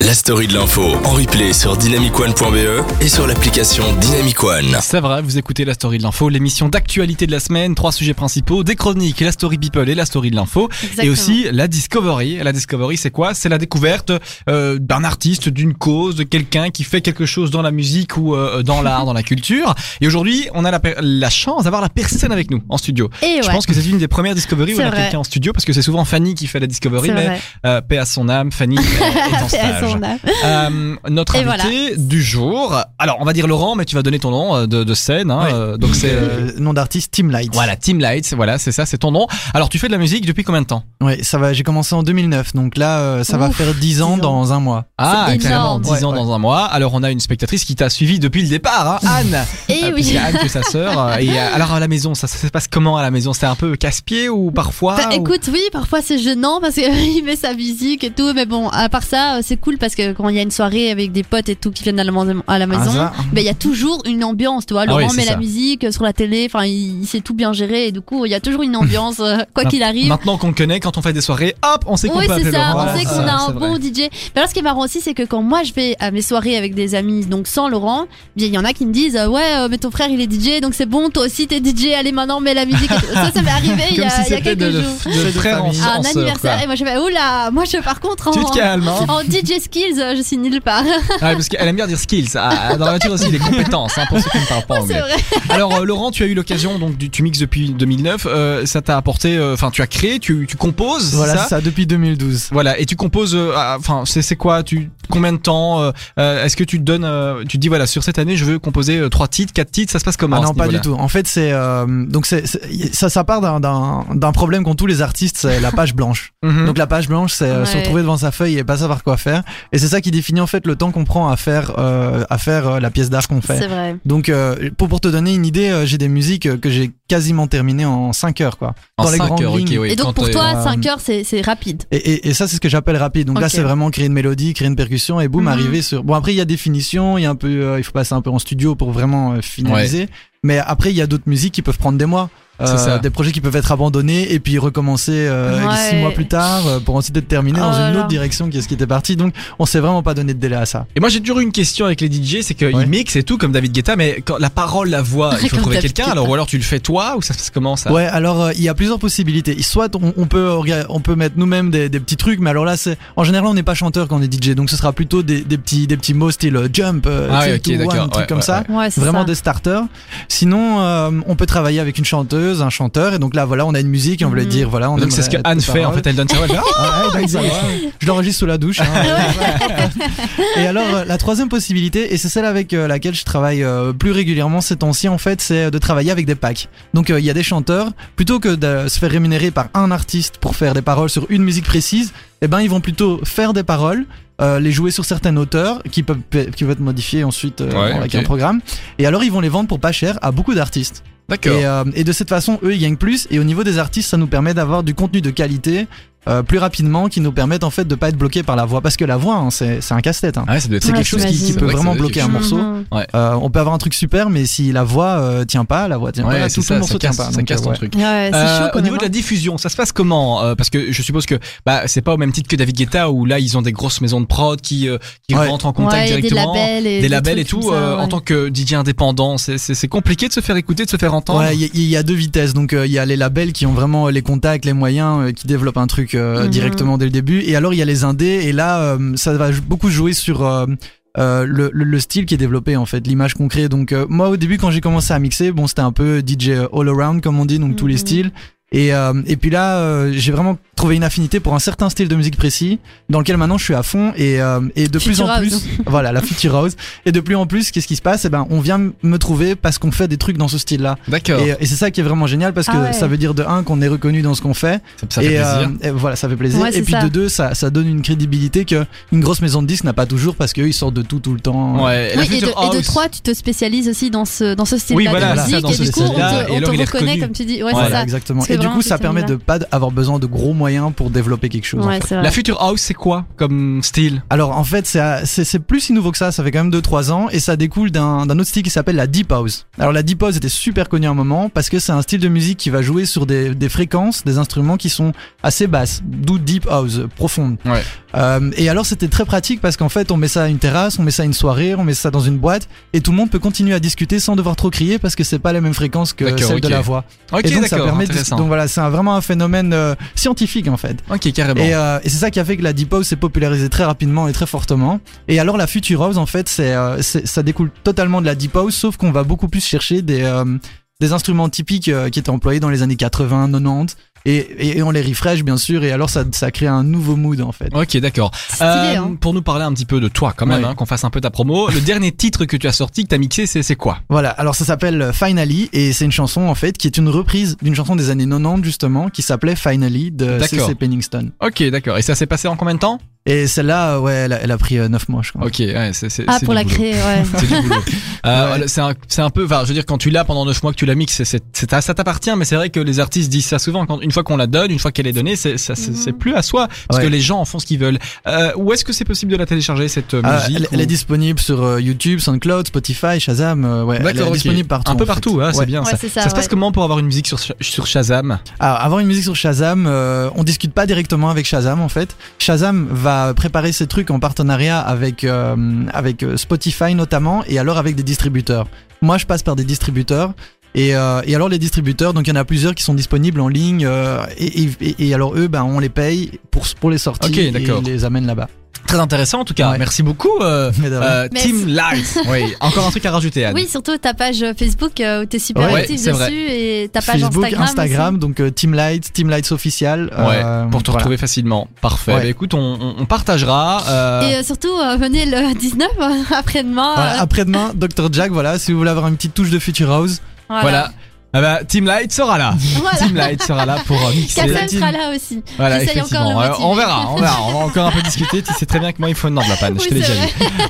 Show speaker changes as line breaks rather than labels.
la story de l'info en replay sur dynamicone.be E et sur l'application Dynamicone.
C'est vrai, vous écoutez la story de l'info, l'émission d'actualité de la semaine, trois sujets principaux, des chroniques, la story people et la story de l'info, et
Exactement.
aussi la discovery. La discovery, c'est quoi C'est la découverte euh, d'un artiste, d'une cause, de quelqu'un qui fait quelque chose dans la musique ou euh, dans l'art, dans la culture. Et aujourd'hui, on a la, per- la chance d'avoir la personne avec nous en studio.
Et ouais,
Je pense que c'est une des premières discoveries où on
C'est
a
vrai.
quelqu'un en studio, parce que c'est souvent Fanny qui fait la discovery,
c'est
mais
vrai.
euh, paix à son âme, Fanny euh, est en
C'est à
stage.
son âme.
Euh, notre
Et
invité du jour. Alors, on va dire Laurent, mais tu vas donner ton nom euh, de, de scène. hein,
Ouais.
euh, donc c'est euh,
Euh, nom d'artiste Team Light.
voilà Team Lights. Voilà, c'est ça, c'est ton nom. Alors, tu fais de la musique depuis combien de temps
Ouais, ça va. J'ai commencé en 2009, donc là, euh, ça va
Ouf,
faire 10
10
ans,
ans.
dans un mois.
Ah,
énorme.
carrément, 10 ans
Ouais,
dans un mois. Alors, on a une spectatrice qui t'a suivi depuis le départ, hein, Anne.
Et
Euh,
oui.
puisqu'il y a Anne, qui est sa sœur. Et euh, alors, à la maison, ça, ça se passe comment à la maison C'est un peu casse-pied ou parfois
Bah,
ou-
écoute, oui, parfois c'est gênant parce qu'il met sa musique et tout, mais bon, à part ça, euh, c'est cool parce que quand il y a une soirée avec des potes et tout qui viennent à la, man- à la maison,
Ah, ça.
bah, il y a toujours une ambiance, tu vois. Laurent
Ah, oui, c'est
met
ça.
la musique sur la télé, enfin, il, il sait tout bien gérer et du coup, il y a toujours une ambiance, euh, quoi
Ma-
qu'il arrive.
Maintenant qu'on le connaît, quand on fait des soirées, hop, on sait qu'on
Oui,
peut
c'est
appeler
ça,
Laurent.
on sait
Ouais,
qu'on
c'est-
a un
c'est vrai.
bon DJ. Mais alors, ce qui est marrant aussi, c'est que quand moi je vais à mes soirées avec des amis, donc sans Laurent, eh bien, il y en a qui me disent euh, Ouais, euh, mais ton frère il est DJ, donc c'est bon, toi aussi t'es DJ, allez maintenant, mets la musique. et tout. ça, ça m'est arrivé euh, il y
Comme
a,
si
il y a
c'était
quelques
de, de,
jours.
de frère en,
famille.
À
en
un
sœur,
anniversaire,
quoi.
et moi je fais Oula, moi je par contre en,
Tu te calmes, hein.
en DJ skills, euh, je suis nulle part.
Ah, parce qu'elle aime bien dire skills. Ah, ah, dans la nature aussi, les compétences, hein, pour ceux qui ne parlent pas
Ah, c'est
anglais.
vrai.
Alors, euh, Laurent, tu as eu l'occasion, donc du- tu mixes depuis 2009. euh, ça t'a apporté, euh, enfin, tu as créé, tu, tu composes, c'est
Voilà,
ça
c'est ça depuis 2012.
Voilà, et tu composes, euh, ah, enfin, c'est c'est quoi tu, Combien de temps euh, euh, Est-ce que tu te donnes, euh, tu te dis, voilà, sur cette année, je veux composer euh, trois titres, quatre titres, ça se passe comment
Ah
à
non,
ce
pas du
niveau-là
tout. En fait, c'est euh, donc c'est- c'est- ça, ça part d'un- d'un d'un problème qu'ont tous les artistes, c'est la page blanche.
Mhm.
Donc la page blanche, c'est euh, se
Ouais.
retrouver devant sa feuille et pas savoir quoi faire. Et c'est ça qui définit en fait le temps qu'on prend à faire euh, à faire euh, la pièce d'art qu'on fait.
C'est vrai.
Donc euh, pour pour te donner une idée, euh, j'ai des musiques euh, que j'ai quasiment terminées en 5 heures quoi.
En
dans les
cinq
grandes
heures, ok,
lignes.
oui,
Et
quand
donc pour
t'es-
toi,
euh,
5 heures c'est c'est rapide.
Et, et, et ça, c'est ce que j'appelle rapide. Donc là,
Ok.
c'est vraiment créer une mélodie, créer une percussion et boum,
Mhm.
arriver sur. Bon, après, il y a des finitions, il y a un peu, euh, il faut passer un peu en studio pour vraiment euh, finaliser. Mais après, il y a d'autres musiques qui peuvent prendre des mois. Euh,
C'est ça.
Des projets qui peuvent être abandonnés et puis recommencer euh,
Ouais.
six mois plus tard euh, pour ensuite être terminé dans
Oh là
une
là.
autre direction qui est ce qui était parti. Donc, on s'est vraiment pas donné de délai à ça.
Et moi j'ai toujours eu une question avec les DJ, c'est qu'ils
Ouais.
mixent et tout comme David Guetta, mais quand la parole, la voix, il faut
Comme
trouver
David
quelqu'un.
Guetta.
Alors ou alors tu le fais toi ou ça se passe comment ça
Ouais, alors euh, il y a plusieurs possibilités. Soit on, on peut orga- on peut mettre nous-mêmes des, des petits trucs, mais alors là c'est en général on n'est pas chanteur quand on est DJ, donc ce sera plutôt des, des petits des petits mots style euh, jump, euh,
Ah ouais,
three,
ok,
two,
d'accord,
one, truc
ouais,
comme
ouais,
ça.
Ouais, c'est
Vraiment
ça.
des starters. Sinon, euh, on peut travailler avec une chanteuse, un chanteur, et donc là voilà, on a une musique et on voulait
Mhm.
dire voilà. On
Donc c'est ce que
aimerait
Anne
être
fait en
parole.
fait, elle donne sa voix. elle fait, Ah
Ah ouais, d'accord, ouais. Je l'enregistre sous la douche. hein. et alors, euh, la troisième possibilité, et c'est celle avec euh, laquelle je travaille euh, plus régulièrement ces temps-ci, en fait, c'est euh, de travailler avec des packs. Donc, euh, il y a des chanteurs, plutôt que de se faire rémunérer par un artiste pour faire des paroles sur une musique précise, eh ben, ils vont plutôt faire des paroles. euh, les jouer sur certaines hauteurs qui peuvent, qui peuvent être modifiées ensuite euh,
Ouais,
avec
ok.
un programme et alors ils vont les vendre pour pas cher à beaucoup d'artistes
D'accord.
et, euh, et de cette façon, eux, ils gagnent plus. Et au niveau des artistes, ça nous permet d'avoir du contenu de qualité euh, plus rapidement, qui nous permettent en fait de pas être bloqué par la voix, parce que la voix, hein, c'est c'est un casse-tête. hein.
Ah ouais, ça doit être
C'est
Ouais,
quelque chose qui, qui
j'imagine.
peut
Ouais,
vraiment
ça doit être
bloquer un
quelque
morceau.
Mhm.
Euh, on peut avoir un truc super, mais si la voix euh, tient pas, la voix tient
Ouais,
pas,
c'est
tout, tout
ça,
le
ça
morceau
casse,
tient pas.
ça
donc,
casse
euh,
ton
ouais.
truc.
Ouais, c'est chaud
Euh,
quand
au
même.
niveau de la diffusion, ça se passe comment Euh, Parce que je suppose que bah, c'est pas au même titre que David Guetta où là ils ont des grosses maisons de prod qui, euh, qui
Ouais.
rentrent en
hein.
contact
Ouais, et des
directement,
labels et
des
des
labels et
trucs
tout.
comme ça,
euh, En
ouais.
tant que DJ indépendant, c'est- c'est c'est compliqué de se faire écouter, de se faire entendre.
Ouais, il y, a- il y a deux vitesses. Donc, euh, il y a les labels qui ont vraiment euh, les contacts, les moyens, euh, qui développent un truc euh,
Mhm.
directement dès le début. Et alors, il y a les indés. Et là, euh, ça va jou- beaucoup jouer sur euh, euh, le, le- le style qui est développé, en fait, l'image qu'on crée. Donc, euh, moi, au début, quand j'ai commencé à mixer, bon, c'était un peu DJ all around, comme on dit, donc tous les
Mhm.
styles. Et, euh, et puis là, euh, j'ai vraiment trouvé une affinité pour un certain style de musique précis, dans lequel maintenant je suis à fond et, euh, et de plus
Future
en
house.
plus, voilà la future house. Et de plus en plus, qu'est-ce qui se passe Eh ben, on vient m- me trouver parce qu'on fait des trucs dans ce style-là.
D'accord.
Et, et c'est ça qui est vraiment génial parce que
Ah ouais.
ça veut dire de un qu'on est reconnu dans ce qu'on fait
Ça, ça fait
et,
plaisir.
euh, et voilà ça fait plaisir
Ouais, c'est
et puis
ça.
de deux ça, ça donne une crédibilité que une grosse maison de disques n'a pas toujours parce qu'eux ils sortent de tout tout le temps.
Ouais, la
Oui, et, de,
future
et de
house.
trois, tu te spécialises aussi dans ce, dans ce style-là
Oui,
de
voilà,
c'est ça,
musique,
dans
et
ce
du coup, on
style-là,
te,
et
on te
alors il est
reconnaît,
reconnu.
comme tu dis. Ouais,
Voilà,
c'est
exactement.
Parce que
Et du
vraiment,
coup,
c'est
ça
ça,
permet de pas avoir besoin de gros moyens pour développer quelque
ça.
chose. en
Ouais,
fait.
c'est vrai.
La future house, c'est quoi comme style
Alors en fait, c'est à- c'est c'est plus si nouveau que ça, ça fait quand même 2-3 ans, et ça découle d'un d'un autre style qui s'appelle la Deep House. Alors la Deep House était super connue à un moment, parce que c'est un style de musique qui va jouer sur des, des fréquences, des instruments qui sont assez basses, d'où Deep House, euh, profonde.
Ouais.
Euh, et alors c'était très pratique parce qu'en fait on met ça à une terrasse, on met ça à une soirée, on met ça dans une boîte et tout le monde peut continuer à discuter sans devoir trop crier parce que c'est pas la même fréquence que
D'accord,
celle de
ok.
la voix.
Ok,
et donc ça
d'accord,
permet de-
intéressant.
donc voilà, c'est un- vraiment un phénomène euh, scientifique en fait.
ok, carrément.
Et, euh, et c'est ça qui a fait que la deep house s'est popularisée très rapidement et très fortement. Et alors la future house, en fait, c'est, euh, c'est- ça découle totalement de la deep house, sauf qu'on va beaucoup plus chercher des euh, des instruments typiques euh, qui étaient employés dans les années 80, 90, et, et, et on les refresh bien sûr. Et alors ça ça crée un nouveau mood en fait.
Ok, d'accord.
Stylé,
Euh,
hein.
Pour nous parler un petit peu de toi quand même,
Ouais.
hein, qu'on fasse un peu ta promo, le dernier titre que tu as sorti, que tu as mixé, c'est c'est quoi
Voilà. Alors ça s'appelle euh, Finally et c'est une chanson en fait qui est une reprise d'une chanson des années 90 justement qui s'appelait Finally de
D'accord.
C.C. Pennington.
Ok, d'accord. Et ça s'est passé en combien de temps
Et celle-là, euh, ouais, elle a, elle a pris euh, 9 mois je crois.
Ok, ouais, c'est c'est-
Ah,
c'est
pour
du
la
boulot.
créer, ouais.
C'est du boulot. Euh,
Ouais.
C'est un, c'est un peu, enfin, je veux dire, quand tu l'as pendant 9 mois que tu l'as mixé, c'est- c'est- ça t'appartient, mais c'est vrai que les artistes disent ça souvent. Quand, une fois qu'on la donne, une fois qu'elle est donnée, c'est ça- c'est-
Mhm.
c'est plus à soi, parce
Ouais.
que les gens en font ce qu'ils veulent. Euh, où est-ce que c'est possible de la télécharger, cette euh,
Ah,
musique
elle, elle
ou-
est disponible sur euh, YouTube, SoundCloud, Spotify, Shazam. euh, ouais, elle est
D'accord, ok.
disponible partout.
Un peu
en fait.
partout, hein, c'est
Ouais.
bien
Ouais,
ça.
c'est ça,
se passe
ouais.
comment pour avoir une musique sur, sur Shazam
Alors, avoir une musique sur Shazam, euh, on discute pas directement avec Shazam en fait. Shazam va préparer ses trucs en partenariat avec euh, avec euh, Spotify notamment, et alors avec des distributeurs. Moi, je passe par des distributeurs. Et, euh, et alors les distributeurs, donc il y en a plusieurs qui sont disponibles en ligne, euh, et, et- et alors eux, ben on les paye pour pour les sorties
Ok,
et
d'accord.
ils les amènent là-bas.
Très intéressant en tout cas.
Ouais.
Merci beaucoup. euh,
Mais de rien.
euh,
Mais
Team Light. Oui. Encore un truc à rajouter, Anne.
Oui, surtout ta page Facebook euh, où t'es super
Ouais,
actif
c'est
dessus
vrai.
et ta page
Facebook,
Instagram.
donc euh, Team Lights, Team Lights officiel.
Ouais,
euh,
pour te
voilà.
retrouver facilement. Parfait.
Ouais.
Bah, écoute, on, on- on partagera. euh,
aussi. Et euh, surtout, euh, venez le 19 après-demain.
Voilà,
euh,
Après-demain, Dr Jack, voilà, si vous voulez avoir une petite touche de Future House.
voilà. Ah bah, Team Light sera là.
Voilà.
Team Light sera là pour euh, mixer.
la
Kassem
team.
sera là aussi.
Voilà,
J'essaye encore de
effectivement.
le
Euh, on
motiver.
verra, on verra. On va encore un peu discuter. Tu sais très bien que moi, il me faut une de la panne.
Oui,
je te l'ai
c'est
déjà dit.
vrai.